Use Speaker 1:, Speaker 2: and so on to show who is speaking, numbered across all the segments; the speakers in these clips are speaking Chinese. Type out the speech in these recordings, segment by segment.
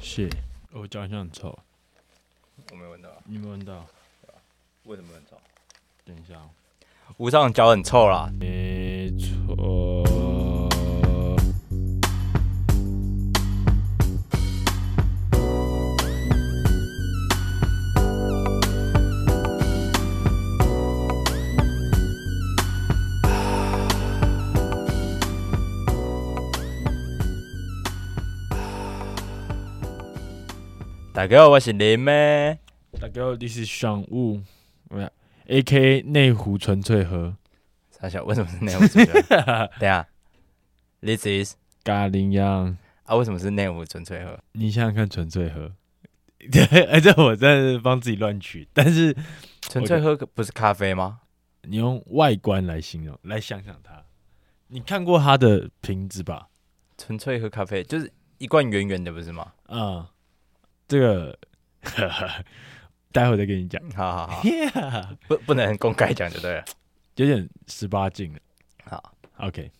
Speaker 1: 是，哦我讲一下很臭，
Speaker 2: 我没闻到啊，
Speaker 1: 你有没有闻到？
Speaker 2: 为什么很臭？
Speaker 1: 等一下哦，
Speaker 2: 吴尚脚很臭啦。
Speaker 1: 没错。
Speaker 2: 大家好，我是林妹。
Speaker 1: 大家好，this is 上雾，没有，A K 内湖纯粹河，
Speaker 2: 傻小，为什么是内湖存粹？ 等一下，This is
Speaker 1: 咖喱样。
Speaker 2: 啊，为什么是内湖纯粹河？
Speaker 1: 你想想看，纯粹河， 哎，这我真的是帮自己乱取，但是
Speaker 2: 纯粹喝不是咖啡吗？
Speaker 1: 你用外观来形容，来想想它，你看过它的瓶子吧？
Speaker 2: 纯粹喝咖啡就是一罐圆圆的，不是吗？
Speaker 1: 嗯，这个 待会再跟你讲。
Speaker 2: 好好好，
Speaker 1: Yeah，
Speaker 2: 不不能公开讲就对了。
Speaker 1: 有点十八禁了。
Speaker 2: 好，
Speaker 1: OK，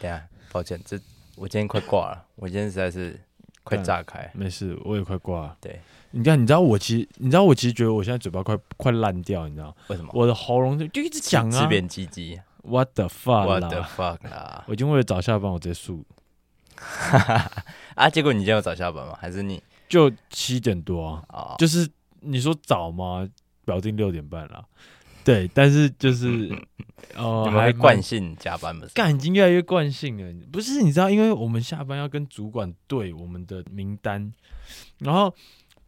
Speaker 2: 等一下，抱歉，这我今天快挂了，我今天实在是快炸开。
Speaker 1: 没事，我也快挂了。
Speaker 2: 对，
Speaker 1: 你看，你知道我其实，你知道我其实觉得我现在嘴巴快快烂掉，你知道，
Speaker 2: 为什么？
Speaker 1: 我的喉咙就就一直讲
Speaker 2: 自
Speaker 1: 啊
Speaker 2: 贬鸡鸡
Speaker 1: ，What the fuck
Speaker 2: ，What the
Speaker 1: 啦！
Speaker 2: fuck 啦！
Speaker 1: 我已经为了早下班，我直接速
Speaker 2: 啊，结果你今天有早下班吗？还是你
Speaker 1: 就七点多啊，
Speaker 2: 哦，
Speaker 1: 就是你说早吗？表定六点半啦。对，但是 就是哦，
Speaker 2: 你们
Speaker 1: 还
Speaker 2: 会
Speaker 1: 蛮
Speaker 2: 惯性加班不是？
Speaker 1: 干已经越来越惯性了，不是？你知道，因为我们下班要跟主管对我们的名单，然后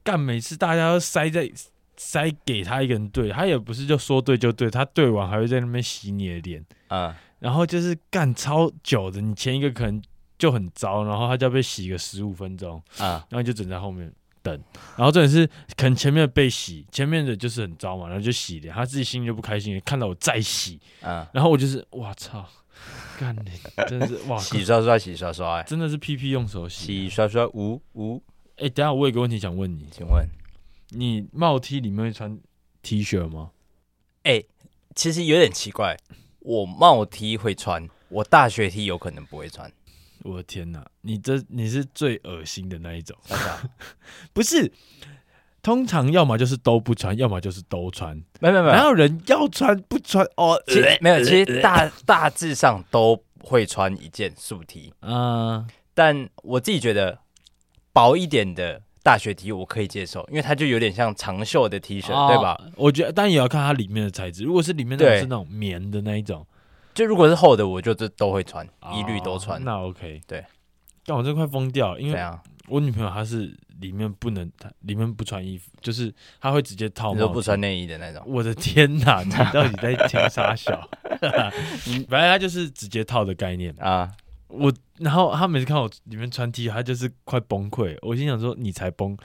Speaker 1: 干每次大家都塞在塞给他一个人对，他也不是就说对就对，他对完还会在那边洗你的脸，
Speaker 2: 嗯，
Speaker 1: 然后就是干超久的，你前一个可能就很糟，然后他就要被洗个十五分钟，
Speaker 2: 啊，
Speaker 1: 然后你就整在后面等，然后重点是可能前面被洗，前面的就是很糟嘛，然后就洗脸，他自己心里就不开心，看到我再洗，
Speaker 2: 嗯，
Speaker 1: 然后我就是哇操，干你真 的是哇，
Speaker 2: 洗刷刷，洗刷刷，哎，
Speaker 1: 真的是屁屁用手洗
Speaker 2: 洗。刷刷，五五，
Speaker 1: 哎、等一下我有个问题想问你，
Speaker 2: 请问，
Speaker 1: 你帽 T 里面会穿 T 恤吗？
Speaker 2: 其实有点奇怪，我帽 T 会穿，我大学 T 有可能不会穿，
Speaker 1: 我的天哪，你这你是最恶心的那一种，
Speaker 2: 傻 小，
Speaker 1: 不是？通常要么就是都不穿，要么就是都穿，
Speaker 2: 没有没有没
Speaker 1: 哪
Speaker 2: 有，
Speaker 1: 有人要穿不穿？哦，
Speaker 2: 其实没有，其实
Speaker 1: 呃
Speaker 2: 大大致上都会穿一件素 T，
Speaker 1: 啊、
Speaker 2: 呃但我自己觉得薄一点的。大学 T 我可以接受，因为它就有点像长袖的 T
Speaker 1: 哦
Speaker 2: 恤，对吧？？
Speaker 1: 啊我觉得，但也要看它里面的材质。如果是里面那种
Speaker 2: 对
Speaker 1: 是那种棉的那一种，
Speaker 2: 就如果是厚的，我就这都会穿，一律都
Speaker 1: 哦
Speaker 2: 穿。
Speaker 1: 那 OK，
Speaker 2: 对。
Speaker 1: 但我真的快疯掉了，因
Speaker 2: 怎
Speaker 1: 为
Speaker 2: 样？
Speaker 1: 我女朋友她是里面不能，她里面不穿衣服，就是她会直接套
Speaker 2: 你说
Speaker 1: 帽。
Speaker 2: 不穿。内衣的那种？
Speaker 1: 我的天 哪！你到底在听啥小？反正她就是直接套的概念。
Speaker 2: 啊，
Speaker 1: 我然后她每次看我里面穿 T，她就是快崩溃。我心想说你才崩，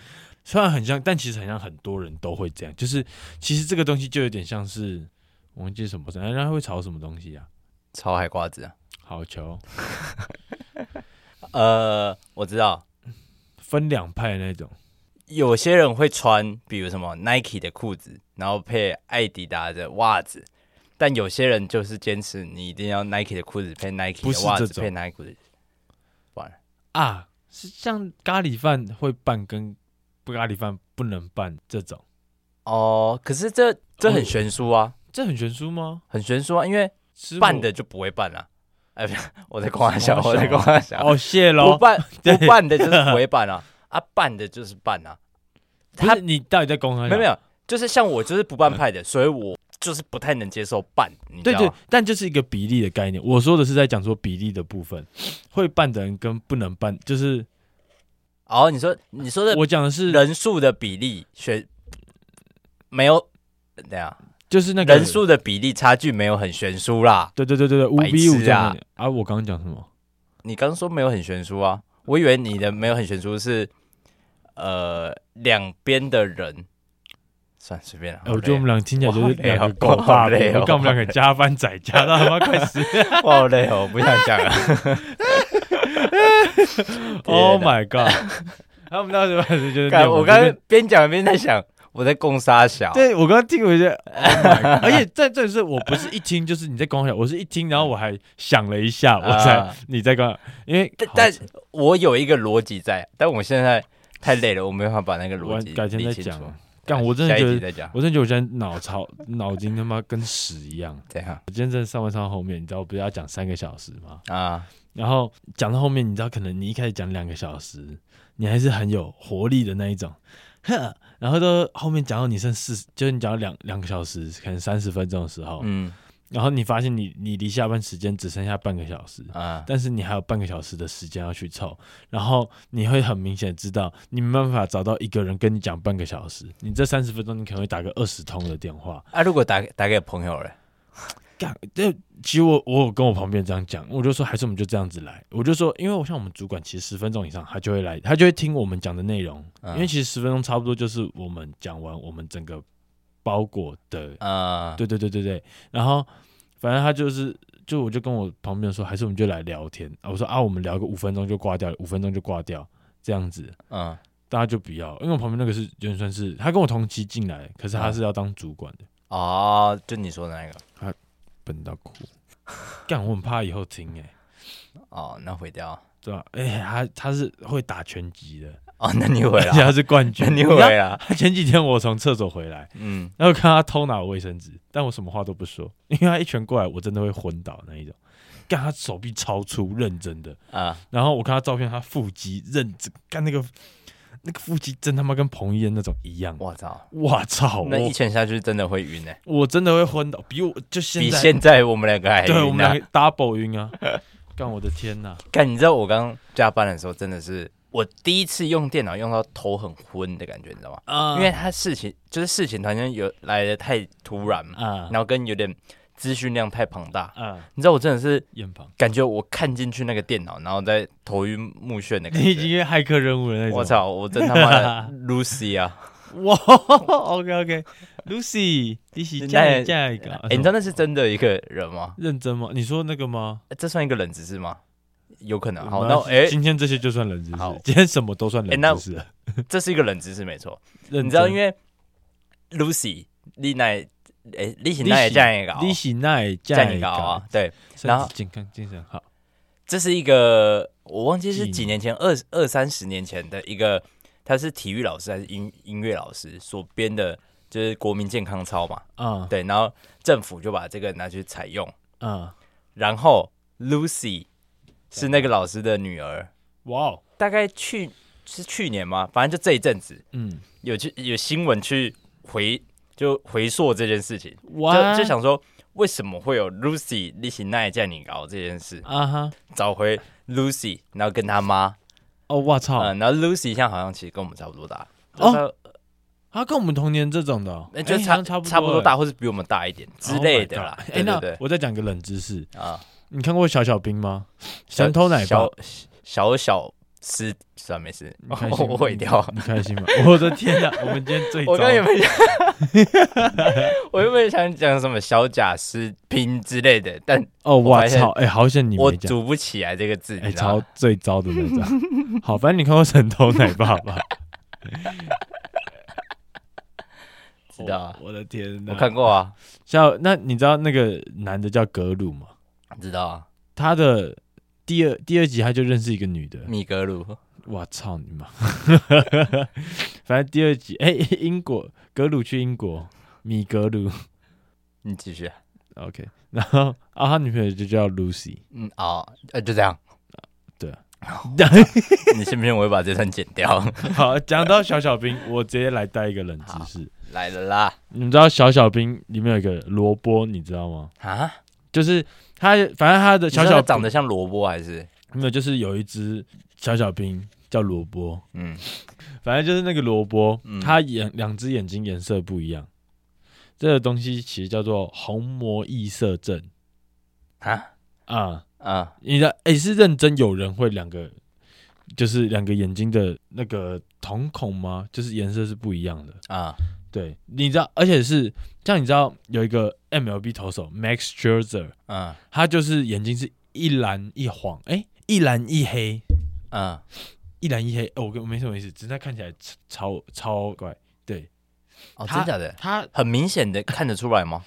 Speaker 1: 虽然很像，但其实很像很多人都会这样。就是其实这个东西就有点像是我忘记什么，然后她会炒什么东西啊？
Speaker 2: 炒海瓜子啊。
Speaker 1: 好球，
Speaker 2: 呃，我知道
Speaker 1: 分两派那种。
Speaker 2: 有些人会穿，比如什么 Nike 的裤子，然后配艾迪达的袜子，但有些人就是坚持你一定要 Nike 的裤子配 Nike
Speaker 1: 不是
Speaker 2: 的袜
Speaker 1: 这
Speaker 2: 子
Speaker 1: 种
Speaker 2: 配 Nike 的，不然
Speaker 1: 啊，是像咖喱饭会拌跟不咖喱饭不能拌这种，
Speaker 2: 哦，可是这这很悬殊啊，
Speaker 1: 这很悬殊吗？
Speaker 2: 很悬殊啊，因为
Speaker 1: 吃
Speaker 2: 拌的就不会拌啊。哎，不是我在开玩笑，
Speaker 1: 我
Speaker 2: 我在开玩笑，
Speaker 1: 哦，谢
Speaker 2: 不
Speaker 1: 喽。
Speaker 2: 拌
Speaker 1: 对
Speaker 2: 不拌的就是不会拌啊，啊拌的就是拌啊，
Speaker 1: 不是你到底在公开？
Speaker 2: 没有没，有，就是像我就是不拌派的，所以我就是不太能接受拌，你知
Speaker 1: 对
Speaker 2: 道
Speaker 1: 对
Speaker 2: 吗？，
Speaker 1: 但就是一个比例的概念。我说的是在讲说比例的部分，会拌的人跟不能拌，就是
Speaker 2: 哦，你说你说的
Speaker 1: 我讲的是
Speaker 2: 人数的比例悬没有，等一下
Speaker 1: 就是那个
Speaker 2: 人。数的比例差距没有很悬殊啦。
Speaker 1: 对对对对对，五
Speaker 2: 白
Speaker 1: 比五
Speaker 2: 痴
Speaker 1: 这样
Speaker 2: 啊
Speaker 1: 的啊！我刚刚讲什么？
Speaker 2: 你刚说没有很悬殊啊，我以为你的没有很悬殊是呃两边的人，算随便了。
Speaker 1: 哎我觉得我们俩听起来就是
Speaker 2: 好累哦
Speaker 1: 两个狗爸
Speaker 2: 好累
Speaker 1: 比，
Speaker 2: 哦
Speaker 1: 我干我们两个加班仔加到他妈快 死
Speaker 2: 我好累哦，我不想 讲了。
Speaker 1: ！Oh my god！他 们当时开始就是
Speaker 2: 干
Speaker 1: 念这
Speaker 2: 我刚
Speaker 1: 边
Speaker 2: 刚边讲边在想，我在共杀小。
Speaker 1: 对我刚刚听，我 就觉得，Oh my God 而且在这里是我不是一听就是你在跟我讲，我是一听，然后我还想了一下，我才
Speaker 2: 啊
Speaker 1: 你在跟我，因为
Speaker 2: 但
Speaker 1: 好
Speaker 2: 但我有一个逻辑在，但我现在太累了，我没办法把那个逻
Speaker 1: 完
Speaker 2: 辑
Speaker 1: 改天
Speaker 2: 理
Speaker 1: 再
Speaker 2: 清
Speaker 1: 讲
Speaker 2: 楚。哎
Speaker 1: 啊。干，我真的
Speaker 2: 下
Speaker 1: 觉
Speaker 2: 一集
Speaker 1: 得，
Speaker 2: 再讲，
Speaker 1: 我真的觉得我现在脑槽脑筋他妈跟屎一样。
Speaker 2: 怎样
Speaker 1: 我今天真的上班上到后面，你知道我不是要讲三个小时吗？
Speaker 2: 啊？
Speaker 1: 然后讲到后面，你知道可能你一开始讲两个小时，你还是很有活力的那一种， 呵，然后到后面讲到你剩四，就是你讲到两两个小时，可能三十分钟的时候，
Speaker 2: 嗯
Speaker 1: 然后你发现你你离下班时间只剩下半个小时，
Speaker 2: 啊，
Speaker 1: 但是你还有半个小时的时间要去凑，然后你会很明显地知道你没办法找到一个人跟你讲半个小时，你这三十分钟你可能会打个二十通的电话。
Speaker 2: 啊，如果打给打给朋友嘞，
Speaker 1: 干，这其实我我有跟我旁边这样讲，我就说还是我们就这样子来，我就说，因为我像我们主管其实十分钟以上他就会来，他就会听我们讲的内容，
Speaker 2: 嗯
Speaker 1: 因为其实十分钟差不多就是我们讲完我们整个包裹的
Speaker 2: 啊，
Speaker 1: 对对对对对，然后反正他就是，就我就跟我旁边说，还是我们就来聊天啊。我说啊，我们聊个五分钟就挂掉，五分钟就挂掉，这样子
Speaker 2: 嗯
Speaker 1: 大家就不要，因为我旁边那个是有点算是他跟我同期进来，可是他
Speaker 2: 嗯
Speaker 1: 是要当主管的，
Speaker 2: 哦，就你说的那个
Speaker 1: 笨到哭。干，我很怕以后听哎、
Speaker 2: 哦，那毁掉
Speaker 1: 对吧、哎、他他是会打拳击的，
Speaker 2: 哦，那你毁
Speaker 1: 而且
Speaker 2: 了，
Speaker 1: 他是冠军
Speaker 2: 那。你
Speaker 1: 知道
Speaker 2: 毁了，
Speaker 1: 他前几天我从厕所回来，
Speaker 2: 嗯，
Speaker 1: 然后看他偷拿我卫生纸，但我什么话都不说， 因为他一拳过来，我真的会昏倒那一种。干，他手臂超粗，认真的。
Speaker 2: 啊，
Speaker 1: 然后我看他照片，他腹肌认真，干那个那个腹肌真他妈跟彭于晏那种一样。
Speaker 2: 我操，
Speaker 1: 哇操！
Speaker 2: 那一
Speaker 1: 我
Speaker 2: 拳下去真的会晕诶，
Speaker 1: 我真的会昏倒，比我就现
Speaker 2: 比
Speaker 1: 在，
Speaker 2: 现在我们两个还
Speaker 1: 对我们
Speaker 2: 晕
Speaker 1: 两
Speaker 2: 啊！
Speaker 1: 个 double 晕啊！干我的天 呐、
Speaker 2: 干，你知道我刚加班的时候真的是。我第一次用电脑用到头很昏的感觉，你知道吗？
Speaker 1: 啊
Speaker 2: 因为他事情就是事情，好像有来的太突然嘛，
Speaker 1: 啊
Speaker 2: 然后跟有点资讯量太庞大。
Speaker 1: 啊，
Speaker 2: 你知道我真的是
Speaker 1: 验房，
Speaker 2: 感觉我看进去那个电脑，然后在头晕目眩的感
Speaker 1: 你已经是
Speaker 2: 觉。
Speaker 1: 骇客任务了那种。
Speaker 2: 我！操！我真他妈的 Lucy 啊！
Speaker 1: 哇，OK OK，Lucy，this
Speaker 2: 现
Speaker 1: is
Speaker 2: 在
Speaker 1: 下下一个，啊
Speaker 2: 哎、你知道那是真的一个人吗？
Speaker 1: 认真吗？你说那个吗？
Speaker 2: 哎这算一个冷知识吗？有可能。
Speaker 1: 我
Speaker 2: 好，
Speaker 1: 们
Speaker 2: 那哎、
Speaker 1: 今天这些就算冷知识
Speaker 2: 好，
Speaker 1: 今天什么都算
Speaker 2: 哎那
Speaker 1: 冷知识了。
Speaker 2: 这是一个冷知识，没错。
Speaker 1: 你
Speaker 2: 你知道，因为 Lucy 丽奈，哎、丽喜奈这样一个哦，
Speaker 1: 利息奈
Speaker 2: 这样一个哦，
Speaker 1: 啊
Speaker 2: 对，然
Speaker 1: 然
Speaker 2: 后
Speaker 1: 后健康精神好。
Speaker 2: 这是一个我忘记是
Speaker 1: 纪
Speaker 2: 几
Speaker 1: 念
Speaker 2: 年前，二二三十年前的一个，他是体育老师还是音音乐老师所编的，就是国民健康操嘛。
Speaker 1: 啊
Speaker 2: 对，然后政府就把这个拿去采用，
Speaker 1: 啊，
Speaker 2: 然后 Lucy 是那个老师的女儿，
Speaker 1: 哇哦，
Speaker 2: 大概去是去年吗？反正就这一阵子
Speaker 1: 嗯，
Speaker 2: 有去有新闻去回就回溯这件事情，
Speaker 1: 哇，
Speaker 2: 就就想说为什么会有 Lucy 例行奈叫你搞这件事，
Speaker 1: 啊哈，
Speaker 2: 找回 Lucy，然后跟她妈，
Speaker 1: 哦，我操，
Speaker 2: 嗯，然后 Lucy 现在好像其实跟我们差不多大，
Speaker 1: 哦
Speaker 2: 哦，
Speaker 1: 他跟我们同年这种的哦，
Speaker 2: 那就
Speaker 1: 哎好
Speaker 2: 差
Speaker 1: 像差
Speaker 2: 差不多
Speaker 1: 欸
Speaker 2: 大，或是比我们大一点之类的
Speaker 1: Oh my
Speaker 2: 啦
Speaker 1: god。
Speaker 2: 对
Speaker 1: 哎，
Speaker 2: 对
Speaker 1: 那
Speaker 2: 对，
Speaker 1: 我再讲一个冷知识，
Speaker 2: 啊，
Speaker 1: 你看过小小兵吗？神偷奶
Speaker 2: 小
Speaker 1: 爸，
Speaker 2: 小小是算没事，哦
Speaker 1: 你开心吗
Speaker 2: 我毁掉。
Speaker 1: 你开心吗？我的天哪，我们今天最
Speaker 2: 我刚刚有
Speaker 1: 糟，
Speaker 2: 没有想，我有没有想讲什么小贾斯汀之类的？但
Speaker 1: 哦，
Speaker 2: 我
Speaker 1: 我
Speaker 2: 发现
Speaker 1: 操，哎，好险你
Speaker 2: 我
Speaker 1: 没讲。
Speaker 2: 组不起来这个字，
Speaker 1: 哎、
Speaker 2: 你知道
Speaker 1: 超
Speaker 2: 吗？
Speaker 1: 最糟的那张。好，反正你看过《神偷奶爸》吧？
Speaker 2: 知道啊
Speaker 1: 我的天哪！
Speaker 2: 我看过啊，
Speaker 1: 像那你知道那个男的叫格鲁吗？
Speaker 2: 知道啊，
Speaker 1: 他的第二第二集他就认识一个女的，
Speaker 2: 米格鲁
Speaker 1: 我操你妈！反正第二集，哎、英国格鲁去英国，米格鲁
Speaker 2: 你继续啊，
Speaker 1: ，OK，然后啊，他女朋友就叫 Lucy，
Speaker 2: 嗯，哦，呃，就这样。
Speaker 1: 对啊
Speaker 2: 哦你信不信我会把这段剪掉？
Speaker 1: 好，讲到小小兵，我直接来带一个冷知识。
Speaker 2: 来了啦，
Speaker 1: 你们知道小小兵里面有一个萝卜，你知道吗？
Speaker 2: 啊，
Speaker 1: 就是他，反正他的小
Speaker 2: 你说
Speaker 1: 小
Speaker 2: 它长
Speaker 1: 兵
Speaker 2: 得像萝卜还是？
Speaker 1: 没有，就是有一只小小兵叫萝卜，
Speaker 2: 嗯，
Speaker 1: 反正就是那个萝卜
Speaker 2: 嗯，
Speaker 1: 它眼两只眼睛颜色不一样。这个东西其实叫做虹膜异色症
Speaker 2: 啊
Speaker 1: 啊。
Speaker 2: 啊，
Speaker 1: 你的诶、是认真有人会两个，就是两个眼睛的那个瞳孔吗？就是颜色是不一样的。
Speaker 2: 啊，
Speaker 1: 对，你知道，而且是像你知道有一个 MLB 投手 Max Scherzer，
Speaker 2: 嗯
Speaker 1: 他就是眼睛是一蓝一黄，诶、一蓝一黑，
Speaker 2: 嗯，
Speaker 1: 一蓝一黑，哦，我跟没什么意思，只是他看起来超超怪。对
Speaker 2: 哦，
Speaker 1: 它
Speaker 2: 真假的，
Speaker 1: 他
Speaker 2: 很明显的看得出来吗？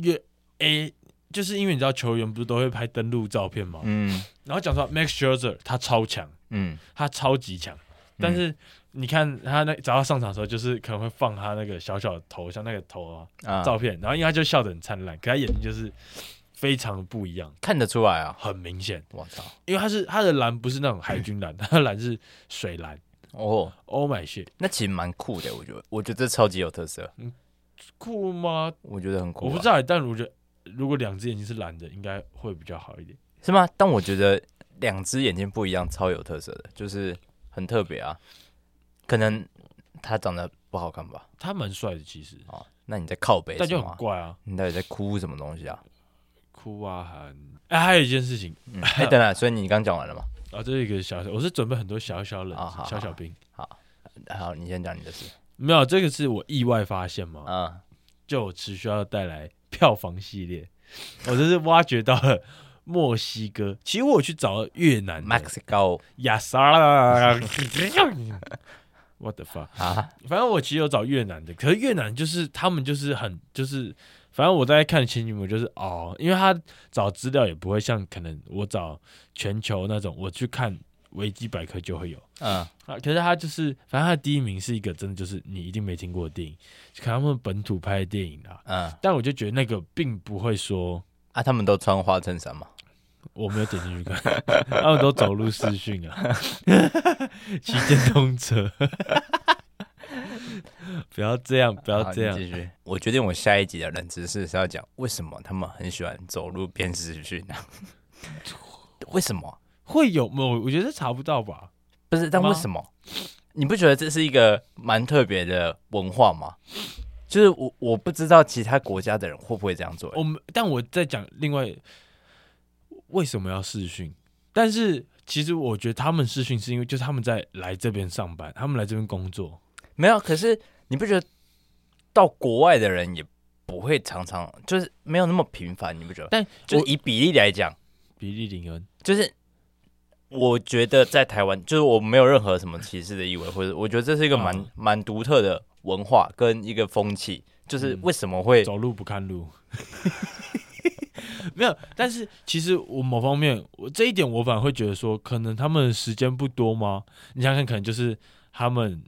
Speaker 1: 越诶、就是因为你知道球员不是都会拍登录照片吗？
Speaker 2: 嗯
Speaker 1: 然后讲说 Max Scherzer 他超强，
Speaker 2: 嗯
Speaker 1: 他超级强，但是你看他那只要上场的时候，就是可能会放他那个小小的头，像那个头啊
Speaker 2: 啊，
Speaker 1: 照片，然后因为他就笑得很灿烂，可他眼睛就是非常不一样，
Speaker 2: 看得出来啊！
Speaker 1: 很明显，
Speaker 2: 我操，
Speaker 1: 因为他是他的蓝不是那种海军蓝， 他的蓝是水蓝。
Speaker 2: 哦，
Speaker 1: Oh my shit，
Speaker 2: 那其实蛮酷的，我觉得，我觉得这超级有特色，
Speaker 1: 酷吗？
Speaker 2: 我觉得很酷、啊
Speaker 1: 我不知，道，欸但我觉得如果两只眼睛是蓝的，应该会比较好一点。
Speaker 2: 是吗？但我觉得两只眼睛不一样，超有特色的，就是很特别啊。可能他长得不好看吧？
Speaker 1: 他蛮帅的，其实，
Speaker 2: 哦，那你在靠北
Speaker 1: 但
Speaker 2: 什
Speaker 1: 就
Speaker 2: 么
Speaker 1: 很
Speaker 2: 啊？
Speaker 1: 怪啊，
Speaker 2: 你到底在哭什么东西啊？
Speaker 1: 哭啊喊。哎、还有一件事情
Speaker 2: 嗯，哎、等等，所以你刚讲完了吗？
Speaker 1: 啊，这是一个小小，我是准备很多小小冷、
Speaker 2: 啊好
Speaker 1: 小小兵，
Speaker 2: 好，你先讲你的事。
Speaker 1: 没有，这个是我意外发现嘛，
Speaker 2: 嗯，
Speaker 1: 就我持续要带来票房系列，我这是挖掘到了墨西哥，其实我有去找了越南的
Speaker 2: Mexico
Speaker 1: 亚萨拉 ，what the fuck？
Speaker 2: 啊，
Speaker 1: 反正我其实有找越南的，可是越南就是他们就是很就是，反正我在看前几幕就是哦，因为他找资料也不会像可能我找全球那种，我去看维基百科就会有
Speaker 2: 嗯，
Speaker 1: 啊。可是他就是，反正他的第一名是一个真的就是你一定没听过的电影，就看他们本土拍的电影啦。
Speaker 2: 嗯，
Speaker 1: 但我就觉得那个并不会说
Speaker 2: 啊，他们都穿花衬衫嘛，
Speaker 1: 我没有点进去看， 他们都走路视讯啊， 骑电动车。 不要这样，不
Speaker 2: 不
Speaker 1: 要这样。
Speaker 2: 继续。 我决定我下一集的冷知识是要讲为什么他们很喜欢走路变视讯啊？ 为什么？
Speaker 1: 会有吗？我我觉得查不到吧。
Speaker 2: 不是，但
Speaker 1: 吗
Speaker 2: 为什么？你不觉得这是一个蛮特别的文化吗？就是我我不知道其他国家的人会不会这样做、
Speaker 1: 我们但我在讲另外为什么要试训，但是其实我觉得他们试训是因为就是他们在来这边上班，他们来这边工作，
Speaker 2: 没有，可是你不觉得到国外的人也不会常常就是没有那么频繁？你不觉得？
Speaker 1: 但
Speaker 2: 就
Speaker 1: 我
Speaker 2: 是以比例来讲，
Speaker 1: 比利林恩
Speaker 2: 就是我觉得在台湾，就是我没有任何什么歧视的意味，或者我觉得这是一个蛮
Speaker 1: 嗯
Speaker 2: 蛮独特的文化跟一个风气，
Speaker 1: 嗯
Speaker 2: 就是为什么会
Speaker 1: 走路不看路。 没有，但是其实我某方面，我这一点我反而会觉得说，可能他们时间不多吗？你想想看，可能就是他们